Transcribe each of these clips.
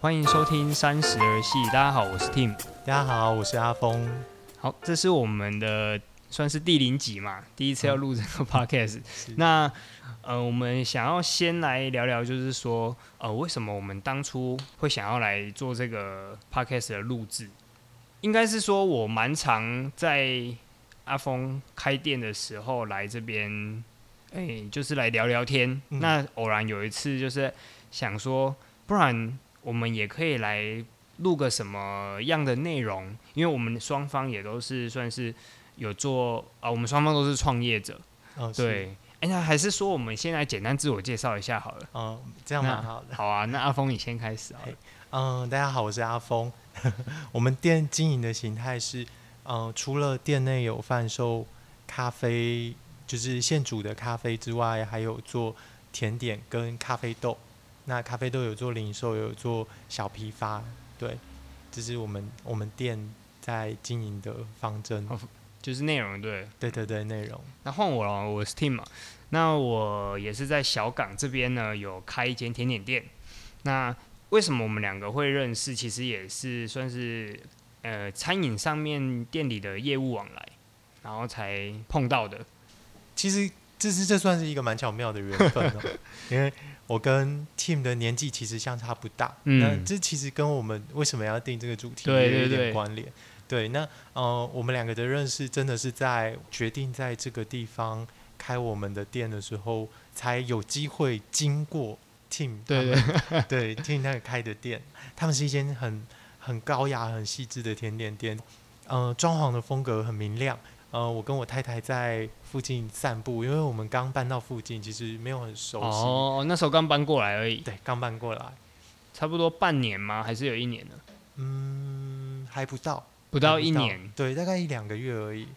欢迎收听《三十而戏》，大家好，我是 Tim。大家好，我是阿峰。好，这是我们的算是第零集嘛，第一次要录这个 podcast、那呃，我们想要先来聊聊，就是说呃，为什么我们当初会想要来做这个 podcast 的录制？应该是说我蛮常在阿峰开店的时候来这边，哎、就是来聊聊天。嗯那偶然有一次，就是想说，不然我们也可以来录个什么样的内容？因为我们双方也都是算是有做啊，我们双方都是创业者，哦，是，对。哎、那还是说我们先来简单自我介绍一下好了。嗯，这样蛮好的。好啊，那阿峰你先开始好了。嗯，大家好，我是阿峰。 我们店经营的形态是，嗯，除了店内有贩售咖啡，就是现煮的咖啡之外，还有做甜点跟咖啡豆。那咖啡豆有做零售，也有做小批发，对，这是我们我们店在经营的方针。好就是内容对。对对对，内容。那换我了，我是 Tim 嘛。那我也是在小港这边呢，有开一间甜点店。那为什么我们两个会认识？其实也是算是呃餐饮上面店里的业务往来，然后才碰到的。其实这是这算是一个蛮巧妙的缘分 哦，因为我跟 Tim 的年纪其实相差不大，嗯那这其实跟我们为什么要定这个主题对也有对一对点关联。对，那呃，我们两个的认识真的是在决定在这个地方开我们的店的时候，才有机会经过 Tim 他们对 Tim 那个开的店，他们是一间很很高雅、很细致的甜点店，呃，装潢的风格很明亮。呃，我跟我太太在附近散步，因为我们刚搬到附近，其实没有很熟悉。哦，那时候刚搬过来而已，对，刚搬过来，差不多半年吗？还是有一年呢？嗯，还不到，不不到一年。对，大概一两个月而已。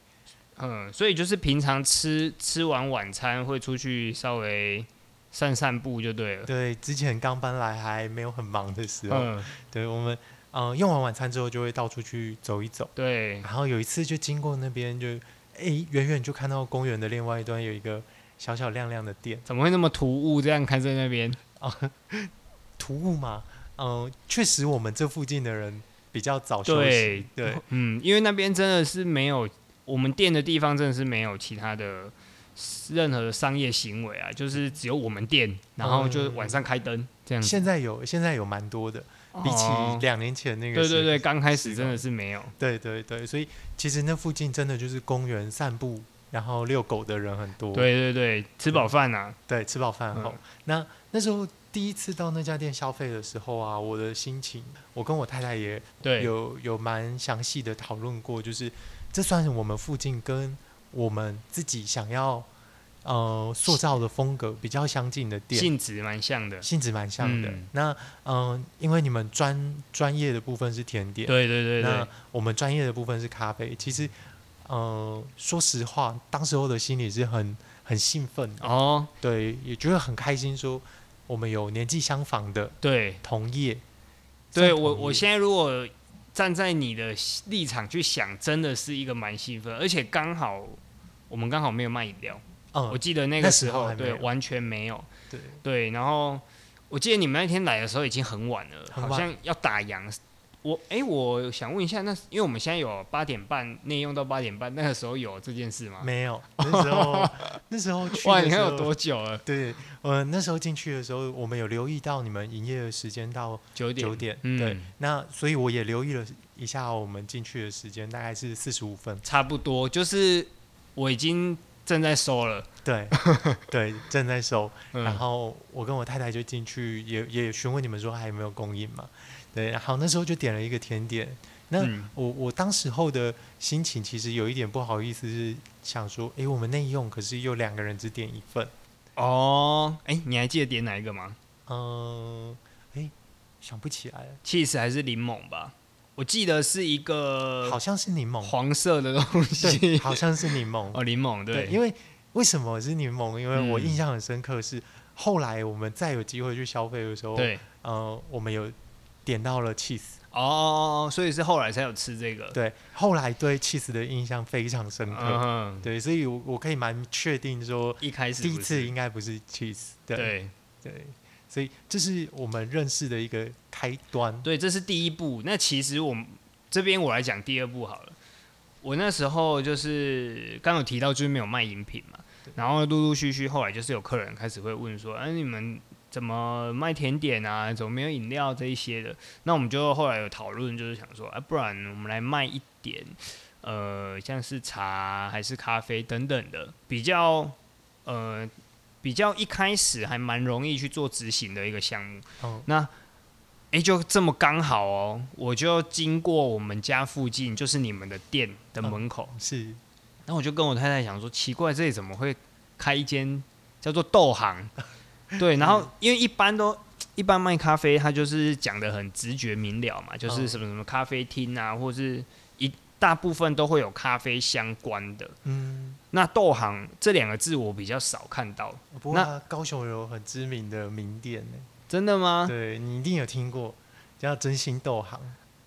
嗯，所以就是平常吃吃完晚餐会出去稍微散散步就对了。对，之前刚搬来还没有很忙的时候，嗯，对啊我们，呃，用完晚餐之后就会到处去走一走。对，然后有一次就经过那边就，诶，远远就看到公园的另外一端有一个小小亮亮的店，怎么会那么突兀？这样开在那边？突兀嘛，嗯、确实我们这附近的人比较早休对息，对，嗯，因为那边真的是没有我们店的地方，真的是没有其他的任何的商业行为啊，就是只有我们店，然后就晚上开灯这样子。现在有现在有蛮多的，比起嗯哦两年前那个对时哦对候，对，刚开始真的是没有。对对对所以其实那附近真的就是公园散步，然后遛狗的人很多，对对对，吃饱饭啊，对，吃饱饭后，嗯那那时候第一次到那家店消费的时候啊，我的心情，我跟我太太也对，有有蛮详细的讨论过，就是这算是我们附近跟我们自己想要呃塑造的风格比较相近的店，性质蛮像的。性质蛮像的。嗯那嗯、呃因为你们专专业的部分是甜点，对对对对那，我们专业的部分是咖啡。其实，呃，说实话，当时候的心里是很很兴奋的，哦，对，也觉得很开心，说我们有年纪相仿的对同业。对，算同我业我现在如果站在你的立场去想，真的是一个蛮兴奋，而且刚好我们刚好没有卖饮料。嗯我，记得那个那时时候候，还没对，有完全没有。对对，然后我记得你们那天来的时候已经很晚了，很好晚像要打烊。我哎、我想问一下，那因为我们现在有八点半内用到八点半，那个时候有这件事吗？没有，那时候那时候去啊哇，的你时看候有多久了？对，呃，那时候进去的时候，我们有留意到你们营业的时间到九点。九点，嗯对，那所以我也留意了一下我们进去的时间，大概是四十五分，差不多，就是我已经正在收了。对，对，正在收，然嗯，后我跟我太太就进去，也也询问你们说还有没有供应嘛，对，然后那时候就点了一个甜点，那嗯我我当时候的心情其实有一点不好意思，是想说，诶，我们内用可是又两个人只点一份，哦，哎、你还记得点哪一个吗嗯、诶，想不起来了。 ？cheese 还是柠檬吧？我记得是一好个像是柠檬，呃黄色的东对，西。好像是柠檬， 哦，柠檬对，对，因为为什么是柠檬？因为我嗯印象很深刻是，后来我们再有机会去消费的时候，对呃，我们有点到了 cheese，哦，所以是后来才有吃这个。对，后来对 cheese 的印象非常深刻，嗯哼，对，所以我我可以蛮确定说，一开始第一不次是应该不是 cheese，对对，对所以这是我们认识的一个开端。对，这是第一步。那其实我们这边我来讲第二步好了。我那时候就是刚有提到，就是没有卖饮品嘛，然后陆陆续续后来就是有客人开始会问说，哎、你们怎么卖甜点啊？怎么没有饮料这一些的？那我们就后来有讨论，就是想说，哎、不然我们来卖一点，呃，像是茶还是咖啡等等的，比较呃比较一开始还蛮容易去做执行的一个项目。哦那哎、诶就这么刚好哦，我就经过我们家附近，就是你们的店的门口，是然后我就跟我太太讲说，奇怪，这里怎么会开一间叫做豆行？对，然嗯后因为一般都一般卖咖啡，它就是讲的很直觉明了嘛，就是嗯什么什么咖啡厅啊，或是一大部分都会有咖啡相关的。嗯，那豆行这两个字我比较少看到，不过那啊高雄有很知名的名店呢、真的吗？对你一定有听过，叫真心 豆行，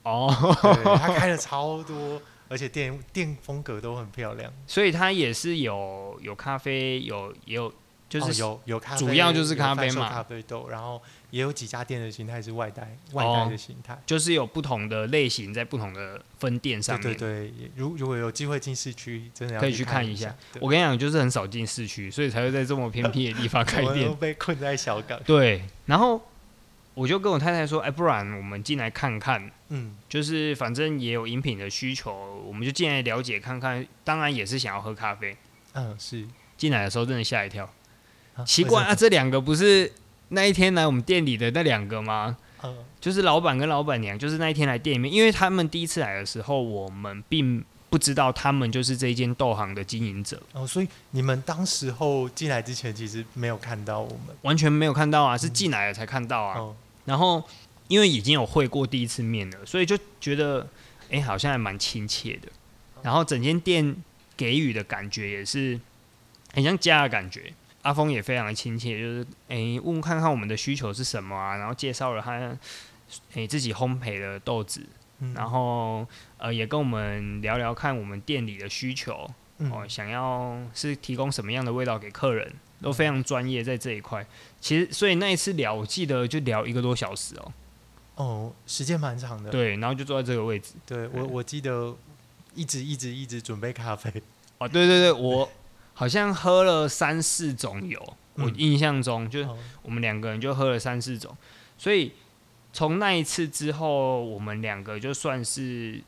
哦，对，他开了超多，而且店店风格都很漂亮，所以它也是有有咖啡，有也有就是、哦、有有咖啡，主要就是有咖啡贩售嘛咖啡豆，然后也有几家店的形态是外带，外带的形态。就是有不同的类型在不同的分店哦上对面。对对，也如如果有机会进市区，真的要可以去去看看一下下。对我跟你讲，就是很少进市区，所以才会在这么偏僻的地方开我们都店。被困在小港。 对，然后我就跟我太太说，哎，不然我们进来看看，嗯，就是反正也有饮品的需求，我们就进来了解看看。当然也是想要喝咖啡。嗯，是。进来的时候真的吓一跳，啊奇怪，啊，为这两个不是那一天来我们店里的那两个吗？什么就是老板跟老板娘，就是那一天来店里面，因为他们第一次来的时候，我们并不知道他们就是这一间豆行的经营者。嗯，哦，所以你们当时候进来之前，其实没有看到我们。完全没有看到啊，是进来了才看到啊。哦，然后因为已经有会过第一次面了，所以就觉得哎、诶好像还蛮亲切的。然后整间店给予的感觉也是很像家的感觉。阿峰也非常的亲切，就是哎、诶问看看我们的需求是什么啊，然后介绍了他哎、诶自己烘焙的豆子，嗯然后呃也跟我们聊聊看我们店里的需求，嗯哦，想要是提供什么样的味道给客人，都非常专业在这一块。其实，所以那一次聊，我记得就聊一个多小时哦。哦，时间蛮长的。对，然后就坐在这个位置。对我我记得一直一直一直准备咖啡，哦，对对对，我 好像喝了三四种有，我嗯印象中就是哦我们两个人就喝了三四种，所以从那一次之后，我们两个就算是。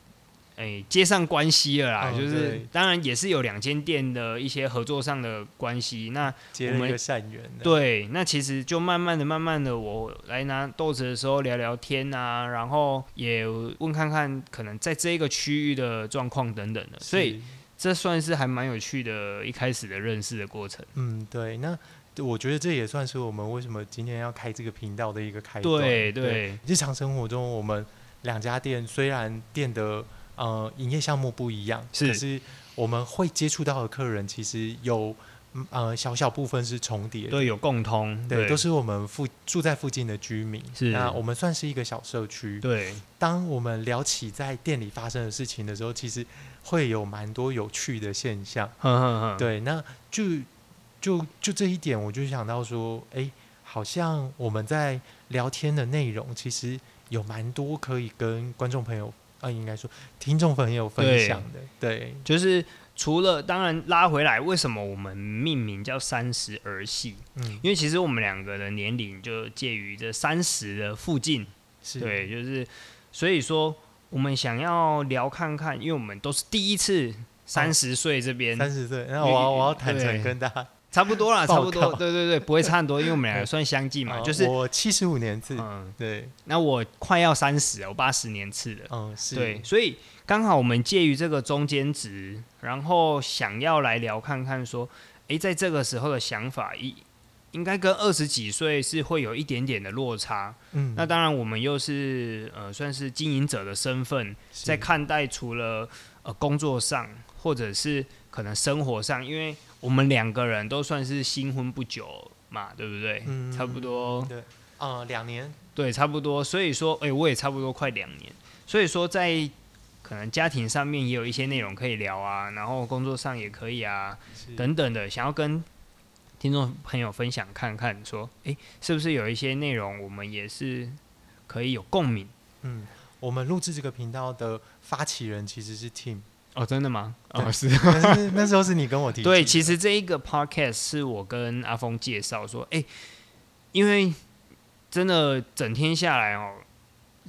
哎、接上关系了啦，哦就是对当然也是有两间店的一些合作上的关系。那结我了们一个善缘的。对，那其实就慢慢的、慢慢的，我来拿豆子的时候聊聊天啊，然后也问看看可能在这个区域的状况等等的，是，所以这算是还蛮有趣的，一开始的认识的过程。嗯，对，那我觉得这也算是我们为什么今天要开这个频道的一个开端。对哎对，对日常生活中我们两家店虽然店的呃营业项目不一样，是可是我们会接触到的客人其实有嗯呃小小部分是重叠的。对，有共通，对，对，都是我们附住在附近的居民，是那我们算是一个小社区。对当我们聊起在店里发生的事情的时候，其实会有蛮多有趣的现象。哼哼哼，对，那就就就这一点，我就想到说，哎，好像我们在聊天的内容，其实有蛮多可以跟观众朋友，啊、应该说听众朋友分对享的。对，就是除了当然拉回来，为什么我们命名叫三十儿戏？嗯，因为其实我们两个的年龄就介于这三十的附近，是，对，就是所以说我们想要聊看看，因为我们都是第一次三十岁这边、三十岁，那我要我要坦对诚跟大家，差不多啦，报差不多，告对对对，不会差很多，因为我们两个算相近嘛，呃就是我七十五年次，嗯，对，那我快要三十，我八十年次了。嗯，是，对，所以刚好我们介于这个中间值，然后想要来聊看看说，诶，在这个时候的想法一应该跟二十几岁是会有一点点的落差。嗯，那当然，我们又是呃算是经营者的身份，是在看待除了呃工作上，或者是可能生活上，因为我们两个人都算是新婚不久嘛，对不对？嗯差不多，对，呃，两年，对，差不多。所以说，哎、我也差不多快两年，所以说在可能家庭上面也有一些内容可以聊啊，然后工作上也可以啊，是等等的，想要跟听众朋友分享看看，说，诶，是不是有一些内容我们也是可以有共鸣？嗯，我们录制这个频道的发起人其实 是 Tim，哦，真的吗？对哦，是。但是那时候是你跟我提起的。对，其实这一个 podcast 是我跟阿峰介绍说，诶，因为真的整天下来哦，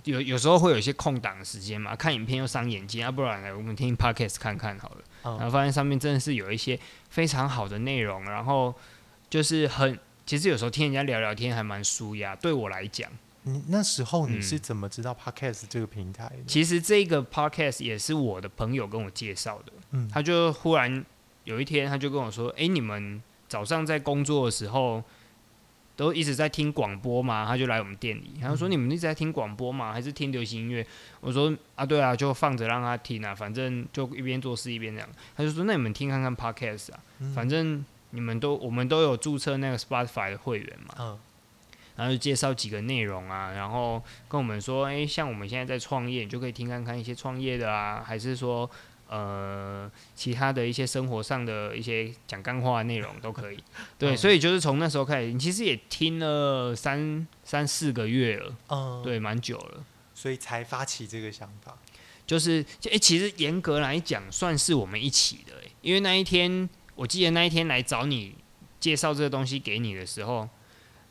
有有时候会有一些空档的时间嘛，看影片又伤眼睛，啊，不然呢我们听 podcast 看看好了。然嗯，后发现上面真的是有一些非常好的内容，然后就是很，其实有时候听人家聊聊天还蛮舒压。对我来讲，你那时候你嗯是怎么知道 Podcast 这个平台的？其实这个 podcast 也是我的朋友跟我介绍的，嗯，他就忽然有一天他就跟我说：“诶，你们早上在工作的时候。”都一直在听广播吗？他就来我们店里，他就说：“你们一直在听广播吗？还是听流行音乐？”我说：“啊，对啊，就放着让他听啊，反正就一边做事一边这样。”他就说：“那你们听看看 podcast 啊。”嗯反正你们都我们都有注册那个 Spotify 的会员嘛，嗯然后就介绍几个内容啊，然后跟我们说，诶，像我们现在在创业，你就可以听看看一些创业的啊，还是说呃其他的一些生活上的一些讲干话的内容都 可以。对，嗯所以就是从那时候开始，你其实也听了三三四个月了，嗯，对，蛮久了。所以才发起这个想法。就是，诶、其实严格来讲，算是我们一起的、诶因为那一天，我记得那一天来找你介绍这个东西给你的时候，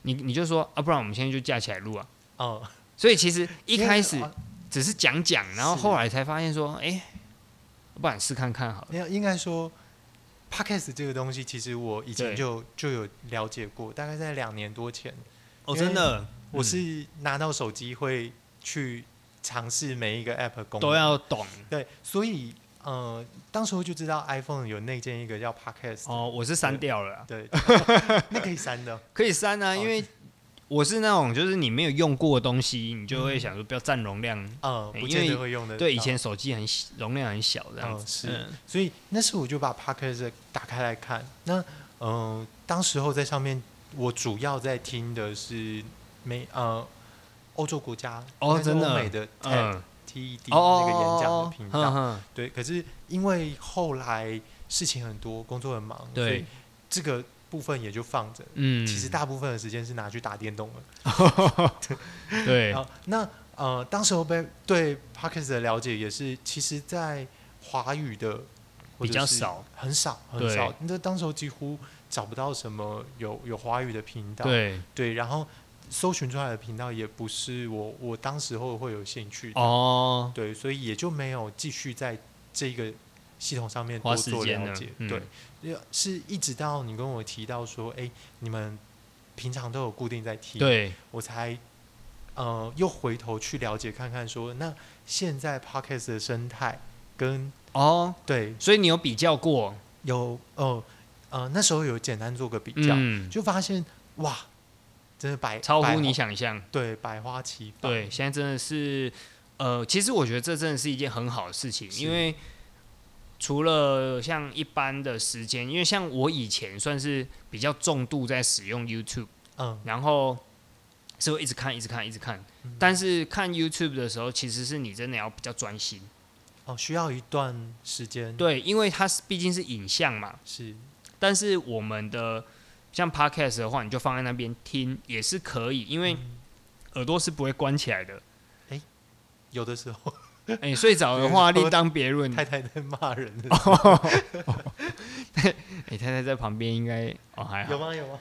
你你就说啊，不然我们现在就架起来录啊。嗯，所以其实一开始因为只是讲讲，然后是后来才发现说，诶，不然试看看好了。没有，应该说，podcast 这个东西，其实我以前对就就有了解过，大概在两年多前，哦真的，我是拿到手机会去尝试每一个 app 功能，都要懂对，所以呃，当时候就知道 iPhone 有内建一个叫 podcast，、哦。我是删掉了啊，对， 那可以删 的，可以删啊，哦因为我是那种就是你没有用过的东西，你就会想说不要占容量。呃，对不哎因见为得会用的，对，以前手机很小容量很小这样嗯子，是嗯所以那时候我就把 Podcast 打开来看。那呃，当时候在上面，我主要在听的是美呃欧洲国家哦应该是真的欧美的 TED、嗯， TED 哦嗯那个演讲的频道。哼对，可是因为后来事情很多，工作很忙，所对以这个部分也就放着。嗯，其实大部分的时间是拿去打电动了。对好，那呃，当时候被对 Podcast 的了解也是，其实，在华语的或比者较是少，很少很对少，那当时候几乎找不到什么有有华语的频道，对对然后搜寻出来的频道也不是我我当时候会有兴趣的，哦，对，所以也就没有继续在这个系统上面花多时做间了了解，嗯对，因为是一直到你跟我提到说，哎，你们平常都有固定在听，对我才呃又回头去了解看看说，那现在 podcast 的生态跟哦，对所以你有比较过有哦呃那时候有简单做个比较，嗯就发现哇，真的百超百乎花你想象。对百花齐放，对，现在真的是，呃，其实我觉得这真的是一件很好的事情，是因为除了像一般的时间，因为像我以前算是比较重度在使用 YouTube，嗯然后是会一直看、一直看、一直看，嗯但是看 YouTube 的时候，其实是你真的要比较专心。哦需要一段时间，对，因为它是毕竟是影像嘛，是但是我们的像 podcast 的话，你就放在那边听也是可以，因为嗯耳朵是不会关起来的。有的时候哎、睡着的话 比如说另当别论。太太在骂人的时哦候，你太太在旁边应该哦还有好，吗有吗？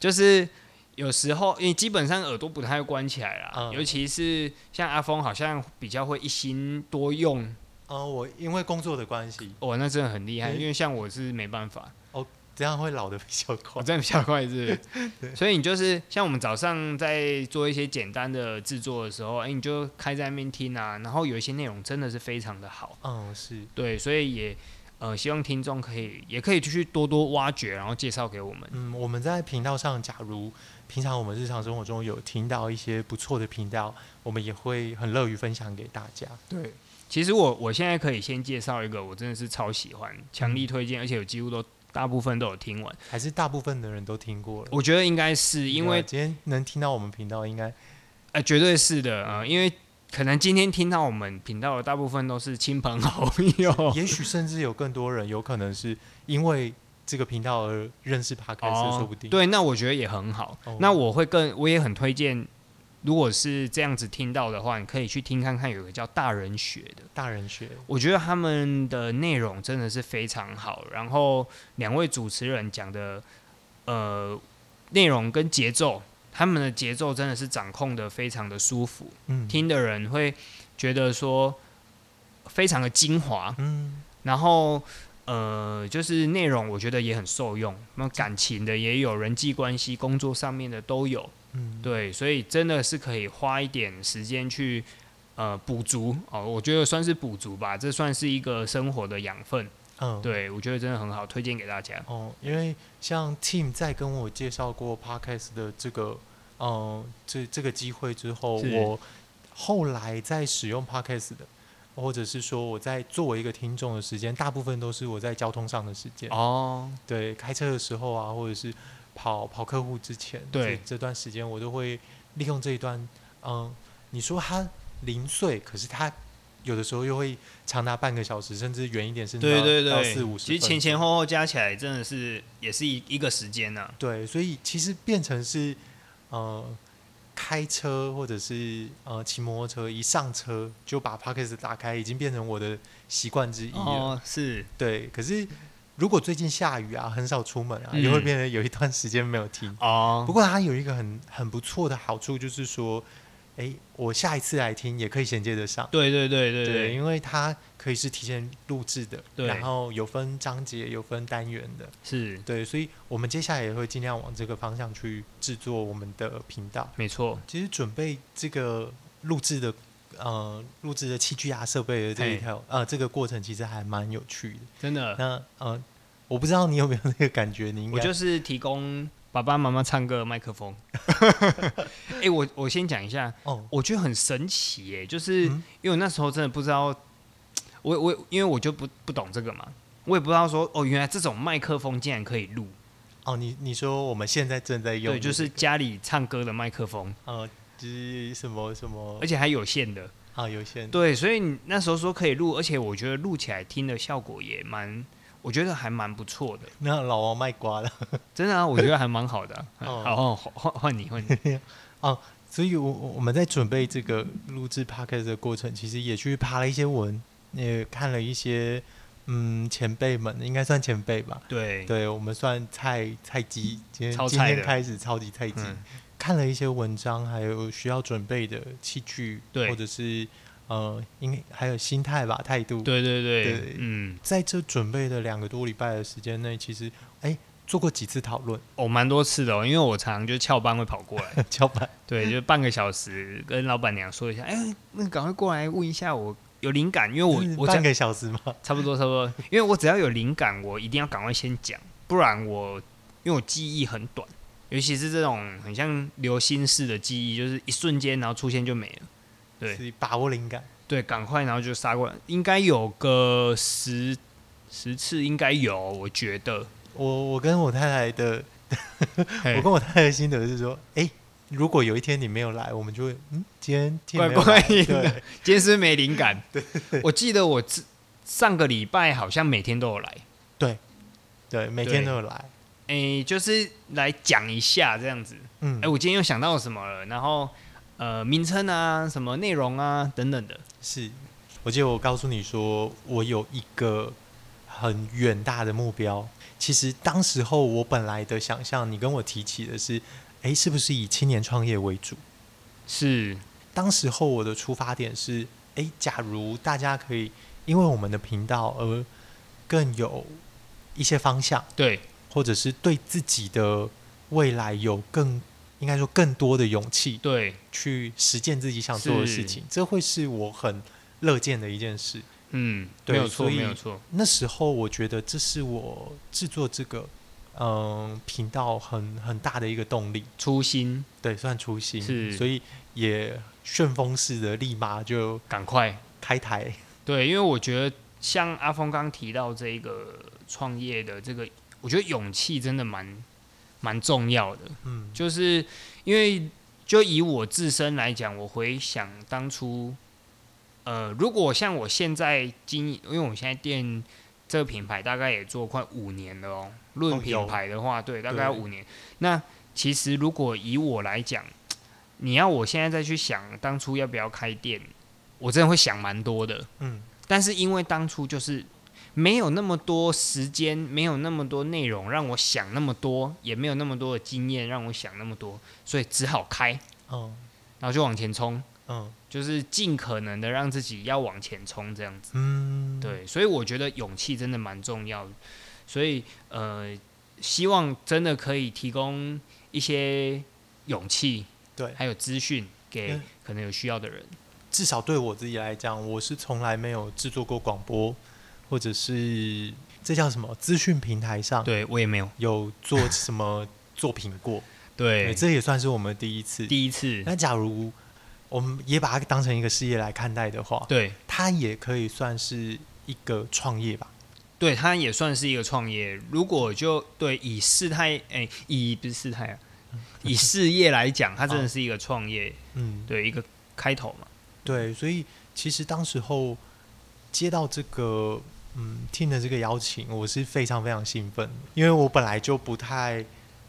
就是有时候因为基本上耳朵不太会关起来啦，嗯尤其是像阿峰好像比较会一心多用，哦，我因为工作的关系，哇、那真的很厉害，嗯因为像我是没办法。哦这样会老的比较我 快，真的比较快是不 是，所以你就是像我们早上在做一些简单的制作的时候，哎、你就开在那边听啊，然后有一些内容真的是非常的好，嗯是对，所以也呃希望听众可以也可以继续多多挖掘，然后介绍给我们，嗯，我们在频道上，假如平常我们日常生活中有听到一些不错的频道，我们也会很乐于分享给大家。对。其实我我现在可以先介绍一个，我真的是超喜欢，强力推荐，而且我几乎都大部分都有听完。还是大部分的人都听过了，啊我觉得嗯应该是因为今天能听到我们频道，应该呃，绝对是的，呃，因为可能今天听到我们频道的 大部分都是亲朋好友，也许甚至有更多人，有可能是因为这个频道而认识 podcast，、说不哦定。对，那我觉得也很好。哦那我会更，我也很推荐，如果是这样子听到的话，你可以去听看看，有一个叫大人学的，大人学，我觉得他们的内容真的是非常好，然后两位主持人讲的呃内容跟节奏，他们的节奏真的是掌控的非常的舒服，嗯，，听的人会觉得说非常的精华，嗯，然后呃，就是内容我觉得也很受用，那么感情的也有，人际关系、工作上面的都有，嗯，对，所以真的是可以花一点时间去呃补足哦，我觉得算是补足吧，这算是一个生活的养分，嗯，。对我觉得真的很好，推荐给大家。哦，因为像 Tim 在跟我介绍过 Podcast 的这个，嗯、这这个机会之后，是我后来在使用 Podcast 的，或者是说我在作为一个听众的时间，大部分都是我在交通上的时间，哦，对，开车的时候啊，或者是跑跑客户之前，对这这段时间我都会利用这一段，嗯、你说它零碎，可是它。有的时候又会长达半个小时，甚至远一点，甚至对到对到对，四五十。其实前前后后加起来真的是也是一一个时间呢、对，所以其实变成是呃，开车或者是呃骑摩托车，一上车就把 p o c k e t 打开，已经变成我的习惯之一了。哦，是对，可是如果最近下雨啊，很少出门啊，嗯也会变成有一段时间没有听。哦，不过它有一个很很不错的好处，就是说，哎，我下一次来听也可以衔接得上。对对对对对，对，因为它可以是提前录制的，对然后有分章节、有分单元的，是对，所以我们接下来也会尽量往这个方向去制作我们的频道。没错，其实准备这个录制的呃录制的器具啊设备的这一条呃这个过程，其实还蛮有趣的。真的。那呃，我不知道你有没有那个感觉，你应我该就是提供爸爸妈妈唱歌的麦克 风。哎、我我先讲一下，哦我觉得很神奇耶、就是嗯因为我那时候真的不知道，我我因为我就不不懂这个嘛，我也不知道说哦，原来这种麦克风竟然可以录，哦，你你说我们现在正在用对，的就是家里唱歌的麦克风，呃就是什么什么而且还有线的，啊有些人哎对，所以你那时候说可以录，而且我觉得录起来听的效果也蛮，我觉得还蛮不错的，那老王卖瓜了，真的啊，我觉得还蛮好的啊、 好，哦换换换你 换你，所以我我我们在准备这个录制 podcast 的过程，其实也去爬了一些文，也看了一些嗯前辈们，应该算前辈吧。对，对我们算菜菜鸡，今天超今菜的天开始超级菜鸡，嗯看了一些文章，还有需要准备的器具，对或者是呃，应该还有心态吧，态度。，对对对对，嗯。在这准备的两个多礼拜的时间内，其实哎做过几次讨论， 哦，蛮多次的、哦，因为我常常就翘班会跑过来， 敲板对，就半个小时跟老板娘说一下，哎、那赶快过来问一下我有灵感，因为我就是我嗯半只个小时嘛，差不多差不多，因为我只要有灵感，我一定要赶快先讲，不然我因为我记忆很短，尤其是这种很像流星式的记忆，就是一瞬间然后出现就没了，对所以把握灵感。对，赶快然后就杀过来，应该有个十十次应该有，我觉得，我我跟我太太的，嘿 我跟我太太的心得是说，哎，如果有一天你没有来，我们就会嗯，今天听怪没有怪来的对，今天是不是没灵 感。我记得我自上个礼拜好像每天都有来，对，每对天都有来，诶、就是来讲一下这样子。嗯哎、，我今天又想到什么了，然后呃，名称啊，什么内容啊，等等的。是，我记得我告诉你说，我有一个很远大的目标。其实当时候我本来的想象，你跟我提起的是，诶，是不是以青年创业为主？是，当时候我的出发点是，诶，假如大家可以因为我们的频道而更有一些方向，对，或者是对自己的未来有更应该说更多的勇气对，去实践自己想做的是事情，这会是我很乐见的一件事。嗯，对没有所错，以没有错，那时候我觉得这是我制作这个嗯频道很很大的一个动力，初心，对，算初心，是所以也旋风式的立马就赶快。开台，对，因为我觉得像阿峰刚提到这一个创业的这个，我觉得勇气真的蛮蛮重要的。嗯，就是因为就以我自身来讲，我回想当初，呃，如果像我现在经营，因为我现在店这个品牌大概也做快五年了哦。论哦有品牌的话，对，大概对要五年。那其实如果以我来讲，你要我现在再去想当初要不要开店，我真的会想蛮多的。嗯，但是因为当初就是没有那么多时间，没有那么多内容让我想那么多，也没有那么多的经验让我想那么多，所以只好开，嗯然后就往前冲，嗯就是尽可能的让自己要往前冲这样子。嗯，，对，所以我觉得勇气真的蛮重要的。所以呃，希望真的可以提供一些勇气，对还有资讯给嗯可能有需要的人。至少对我自己来讲，我是从来没有制作过广播，或者是这叫什么资讯平台上对我也没有，有做什么作品过， 对对，，这也算是我们第一次。第一次，那假如我们也把它当成一个事业来看待的话，对，它也可以算是一个创业吧。对，它也算是一个创业。如果就对以事态，哎、以不是事态啊，以事业来讲，它真哦的是一个创业，嗯，对，一个开头嘛。对，所以其实当时候接到这个嗯听的这个邀请，我是非常非常兴奋，因为我本来就不太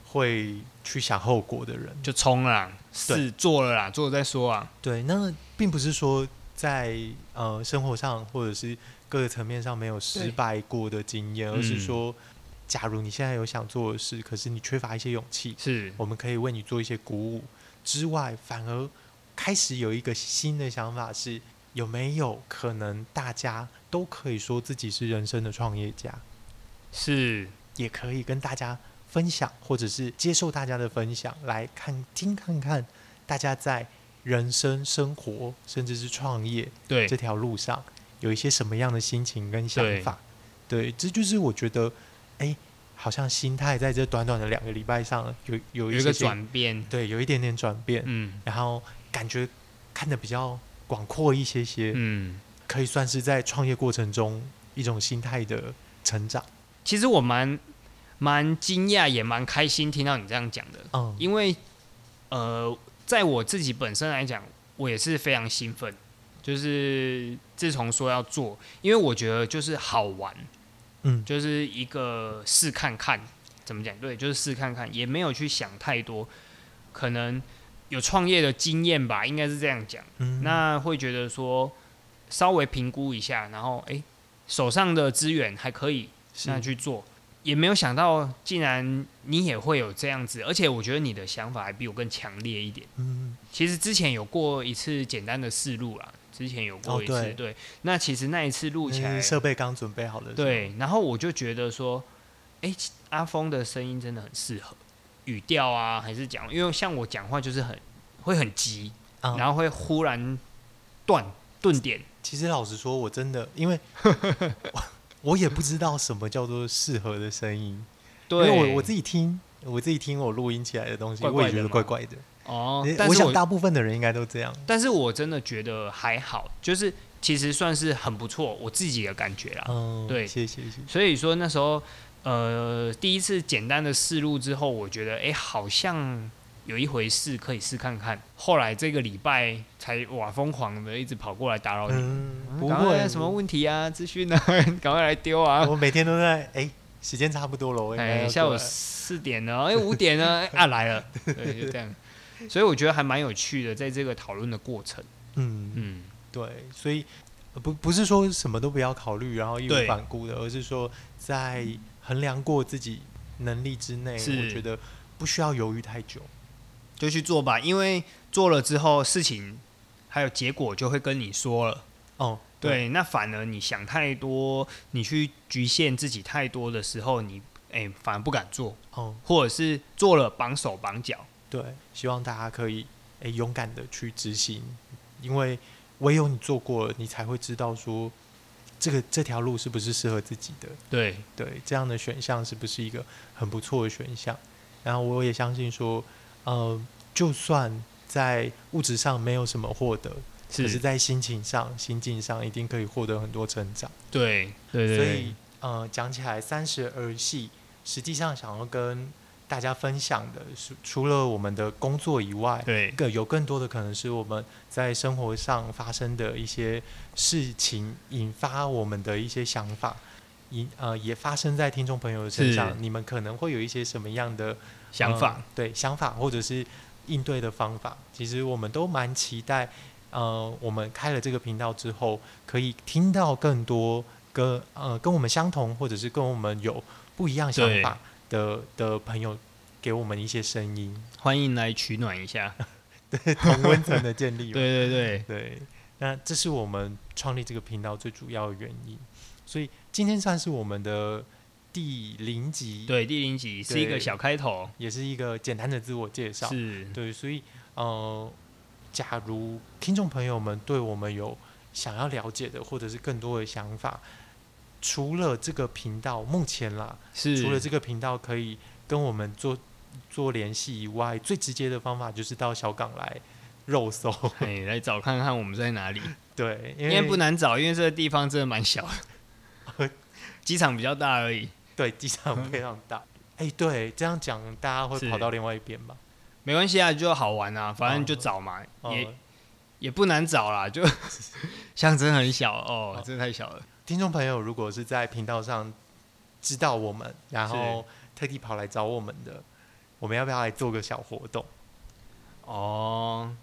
会去想后果的人。就冲了啦，对是做了啦，做了再说啊。对，那并不是说在呃生活上或者是各个层面上没有失对败过的经验，而是嗯说，假如你现在有想做的事，可是你缺乏一些勇气，是，我们可以为你做一些鼓舞之外，反而开始有一个新的想法是，有没有可能大家都可以说自己是人生的创业家，是，也可以跟大家分享，或者是接受大家的分享，来看听看看大家在人生、生活，甚至是创业对这，条路上有一些什么样的心情跟想对法。对，这就是我觉得，哎，好像心态在这短短的两个礼拜上有有有一一个些些转变。对，有一点点转变，嗯然后感觉看得比较广阔一些些，嗯，可以算是在创业过程中一种心态的成长。其实我蛮蛮惊讶，也蛮开心听到你这样讲的，嗯，因为呃，在我自己本身来讲，我也是非常兴奋，就是自从说要做，因为我觉得就是好玩，嗯就是一个试看看，怎么讲？对，就是试看看，也没有去想太多，可能有创业的经验吧，应该是这样讲。嗯那会觉得说稍微评估一下，然后诶手上的资源还可以，是那去做。也没有想到，竟然你也会有这样子，而且我觉得你的想法还比我更强烈一点。嗯其实之前有过一次简单的试录啦，之前有过哦一次，对对。那其实那一次录那起是来，嗯设备刚准备好的，，对，然后我就觉得说，哎、阿峰的声音真的很适合语调啊，还是讲，因为像我讲话就是很会很急，啊然后会忽然断顿点，其实老实说，我真的 因为我我也不知道什么叫做适合的声音，因对，为我我自己听。我自己听我录音起来的东西，怪我也怪的觉得嘛怪怪的。哦诶，但我是想我大部分的人应该都这样。但是我真的觉得还好，就是其实算是很不错，我自己的感觉啦。嗯，对谢谢谢谢。所以说那时候，呃，第一次简单的试录之后，我觉得哎、诶好像有一回事可以试看看。后来这个礼拜才哇疯狂的一直跑过来打扰你，嗯，不赶快会有什么问题啊、资讯啊， 赶快来丢啊。 我每天都在哎、时间差不多了，我应该哎，要下过午来四点了，哎，五点了，哎啊来了，对，就这样。所以我觉得还蛮有趣的，在这个讨论的过程，嗯，嗯，对，所以呃不不是说什么都不要考虑，然后义无对反顾的，而是说在衡量过自己能力之内，是我觉得不需要犹豫太久。就去做吧，因为做了之后事情还有结果就会跟你说了。哦，对，那反而你想太多，你去局限自己太多的时候，你哎、反而不敢做，哦，或者是做了绑手绑脚。对，希望大家可以哎、勇敢的去执行，因为唯有你做过了，你才会知道说这个这条路是不是适合自己的。对，对，这样的选项是不是一个很不错的选项？然后我也相信说，呃，就算在物质上没有什么获得，可是是，在心情上、心境上一定可以获得很多成长。对，对对所对以，呃，讲起来三十而戏，实际上想要跟大家分享的是，除了我们的工作以外，对，更有更多的可能是我们在生活上发生的一些事情，引发我们的一些想法，也呃也发生在听众朋友的身上，你们可能会有一些什么样的想呃法。对想法或者是应对的方法，其实我们都蛮期待，呃，我们开了这个频道之后，可以听到更多跟呃跟我们相同或者是跟我们有不一样想对法的的朋友，给我们一些声音， 呃欢迎来取暖一下。同温层的建立嘛。对对对，对，那这是我们创立这个频道最主要的原因，所以今天算是我们的第零集，，对第零集是一个对小开头，也是一个简单的自我介绍。是对，所以呃，假如听众朋友们对我们有想要了解的，或者是更多的想法，除了这个频道，目前啦，是，除了这个频道可以跟我们做做联系以外，最直接的方法就是到小港来肉搜。 哎，来找看看我们在哪里，对，因因为不难找，因为这个地方真的蛮小 的机场比较大而已，对机场非常大。哎、对，这样讲大家会嗯是跑到另外一边吧？没关系啊，就好玩啊，反正就找嘛，哦、也也不难找啦，就 像真很小哦，这太小了，听众朋友如果是在频道上知道我们，然后特地跑来找我们的，我们要不要来做个小活动？哦，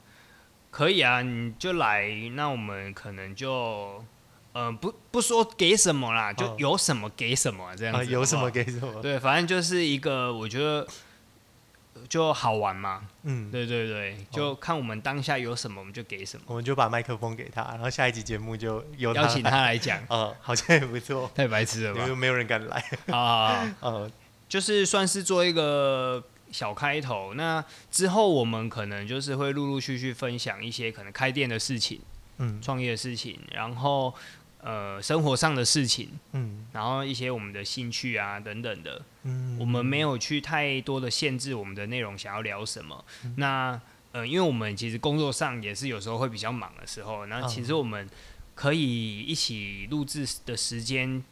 可以啊，你就来，那我们可能就。嗯、不不说给什么啦，哦就有什么给什么这样啊，子。有什好不么好给什么？对，反正就是一个我觉得就好玩嘛，嗯，对对对，就看我们当下有什么我们就给什么，我们就把麦克风给他，然后下一集节目就由他邀请来。他来讲，呃，好像也不 错，太白痴了因为吧？没有人敢来。啊，呃，就是算是做一个小开头，那之后我们可能就是会陆陆续续分享一些可能开店的事情、嗯创业的事情，然后呃生活上的事情，嗯然后一些我们的兴趣啊等等的，嗯，我们没有去太多的限制我们的内容想要聊什么。嗯那呃，因为我们其实工作上也是有时候会比较忙的时候，那嗯其实我们可以一起录制的时间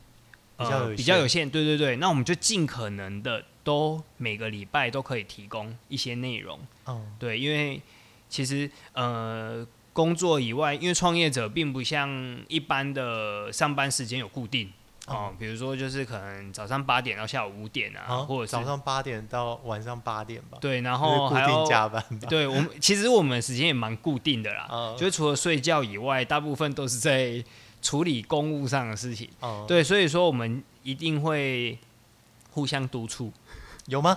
呃比较有限比较有限，对对对。那我们就尽可能的都每个礼拜都可以提供一些内容，哦，对，因为其实呃。工作以外，因为创业者并不像一般的上班时间有固定哦，比如说就是可能早上八点到下午五点啊，啊，或者是早上八点到晚上八点吧，对，然就是后固还定要加班吧。对我们其实我们时间也蛮固定的啦，啊，就是除了睡觉以外，大部分都是在处理公务上的事情。哦，对，所以说我们一定会互相督 促，有吗？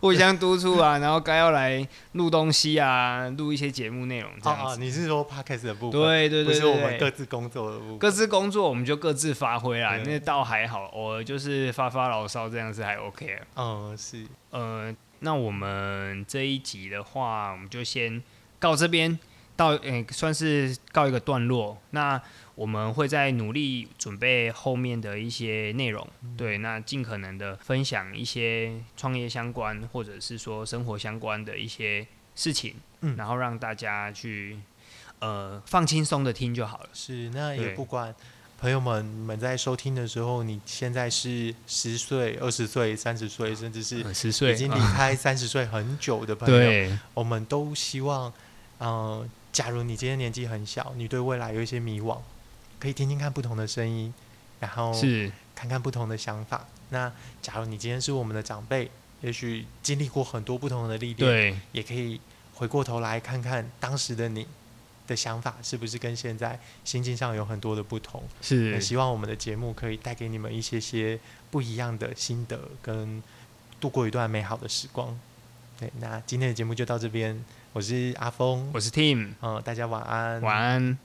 互相督促啊，然后该要来录东西啊，录一些节目内容这啊样啊，子。你是说 podcast 的部分？对对不对是我对们各对。自工作的部嗯分。各自工作，我们就各自发挥啦。对那倒还好，偶尔就是发发牢骚，这样是还 OK 的。嗯，是，呃，那我们这一集的话，我们就先告这边，到呃算是告一个段落。那我们会再努力准备后面的一些内容，嗯对，那尽可能的分享一些创业相关或者是说生活相关的一些事情，嗯然后让大家去呃放轻松的听就好了。是，那也对不管朋友们，你们在收听的时候，你现在是十岁、二十岁、三十岁，甚至是呃十岁已经离啊开三十岁很久的朋友，对我们都希望，呃，假如你今天年纪很小，你对未来有一些迷惘，可以听听看不同的声音，然后是看看不同的想法。那假如你今天是我们的长辈，也许经历过很多不同的历练，对也可以回过头来看看当时的你的想法是不是跟现在心境上有很多的不同。也是希望我们的节目可以带给你们一些些不一样的心得，跟度过一段美好的时光。对，那今天的节目就到这边，我是阿峰，呃我是 Tim，嗯、大家晚安，晚安。